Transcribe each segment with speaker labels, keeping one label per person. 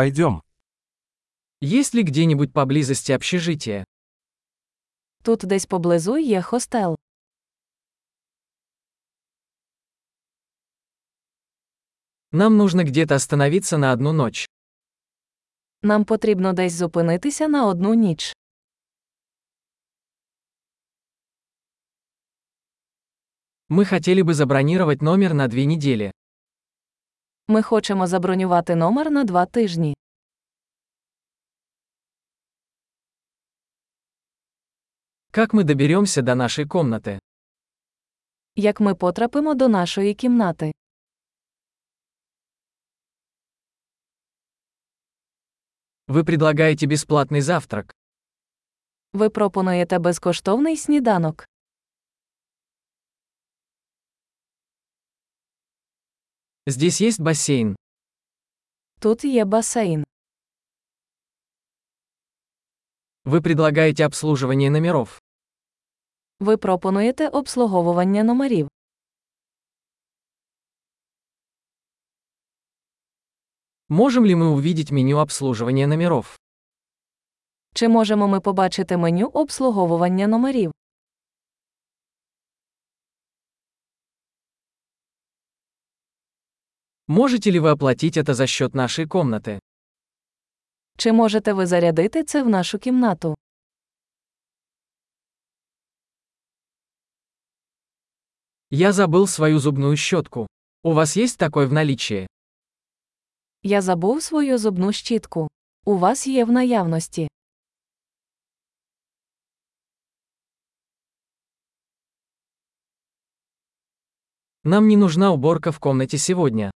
Speaker 1: Пойдем.
Speaker 2: Есть ли где-нибудь поблизости общежитие?
Speaker 3: Тут десь поблизу є хостел.
Speaker 2: Нам нужно где-то остановиться на одну ночь.
Speaker 3: Нам потрібно десь зупинитися на одну ніч.
Speaker 2: Мы хотели бы забронировать номер на две недели.
Speaker 3: Ми хочемо забронювати номер на два тижні.
Speaker 2: Как мы доберемся до нашей комнаты?
Speaker 3: Як ми потрапимо до нашої кімнати?
Speaker 2: Вы предлагаете бесплатный завтрак.
Speaker 3: Ви пропонуєте безкоштовний сніданок.
Speaker 2: Здесь есть бассейн.
Speaker 3: Тут є басейн.
Speaker 2: Вы предлагаете обслуживание номеров.
Speaker 3: Ви пропонуєте обслуговування номерів.
Speaker 2: Можем ли мы увидеть меню обслуживания номеров?
Speaker 3: Чи можемо ми побачити меню обслуговування номерів?
Speaker 2: Можете ли вы оплатить это за счет нашей комнаты?
Speaker 3: Чи можете ви зарядити це в нашу кімнату?
Speaker 2: Я забыл свою зубную щетку. У вас есть такой в наличии?
Speaker 3: Я забув свою зубну щітку. У вас є в наявності.
Speaker 2: Нам не нужна уборка в комнате сегодня.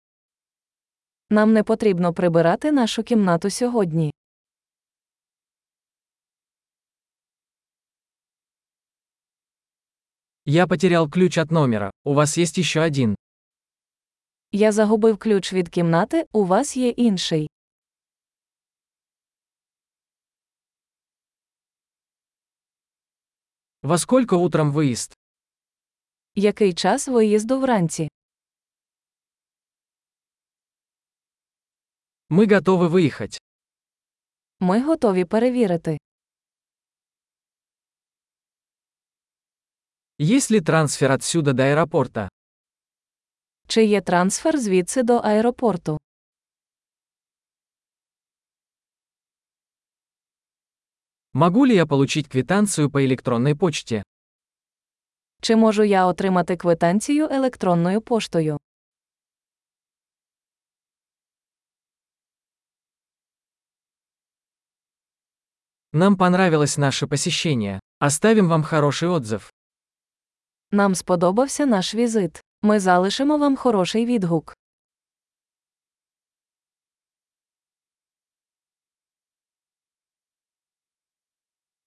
Speaker 3: Нам не потрібно прибирати нашу кімнату сьогодні.
Speaker 2: Я потерял ключ от номера. У вас есть еще один.
Speaker 3: Я загубив ключ від кімнати, у вас є інший.
Speaker 2: Во сколько утром выезд?
Speaker 3: Який час виїзду вранці?
Speaker 2: Мы готовы выехать.
Speaker 3: Ми готові перевірити.
Speaker 2: Есть ли трансфер отсюда до аэропорта?
Speaker 3: Чи є трансфер звідси до аеропорту?
Speaker 2: Могу ли я получить квитанцию по электронной почте?
Speaker 3: Чи можу я отримати квитанцію електронною поштою?
Speaker 2: Нам понравилось наше посещение. Оставим вам хороший отзыв.
Speaker 3: Нам сподобався наш візит. Ми залишимо вам хороший відгук.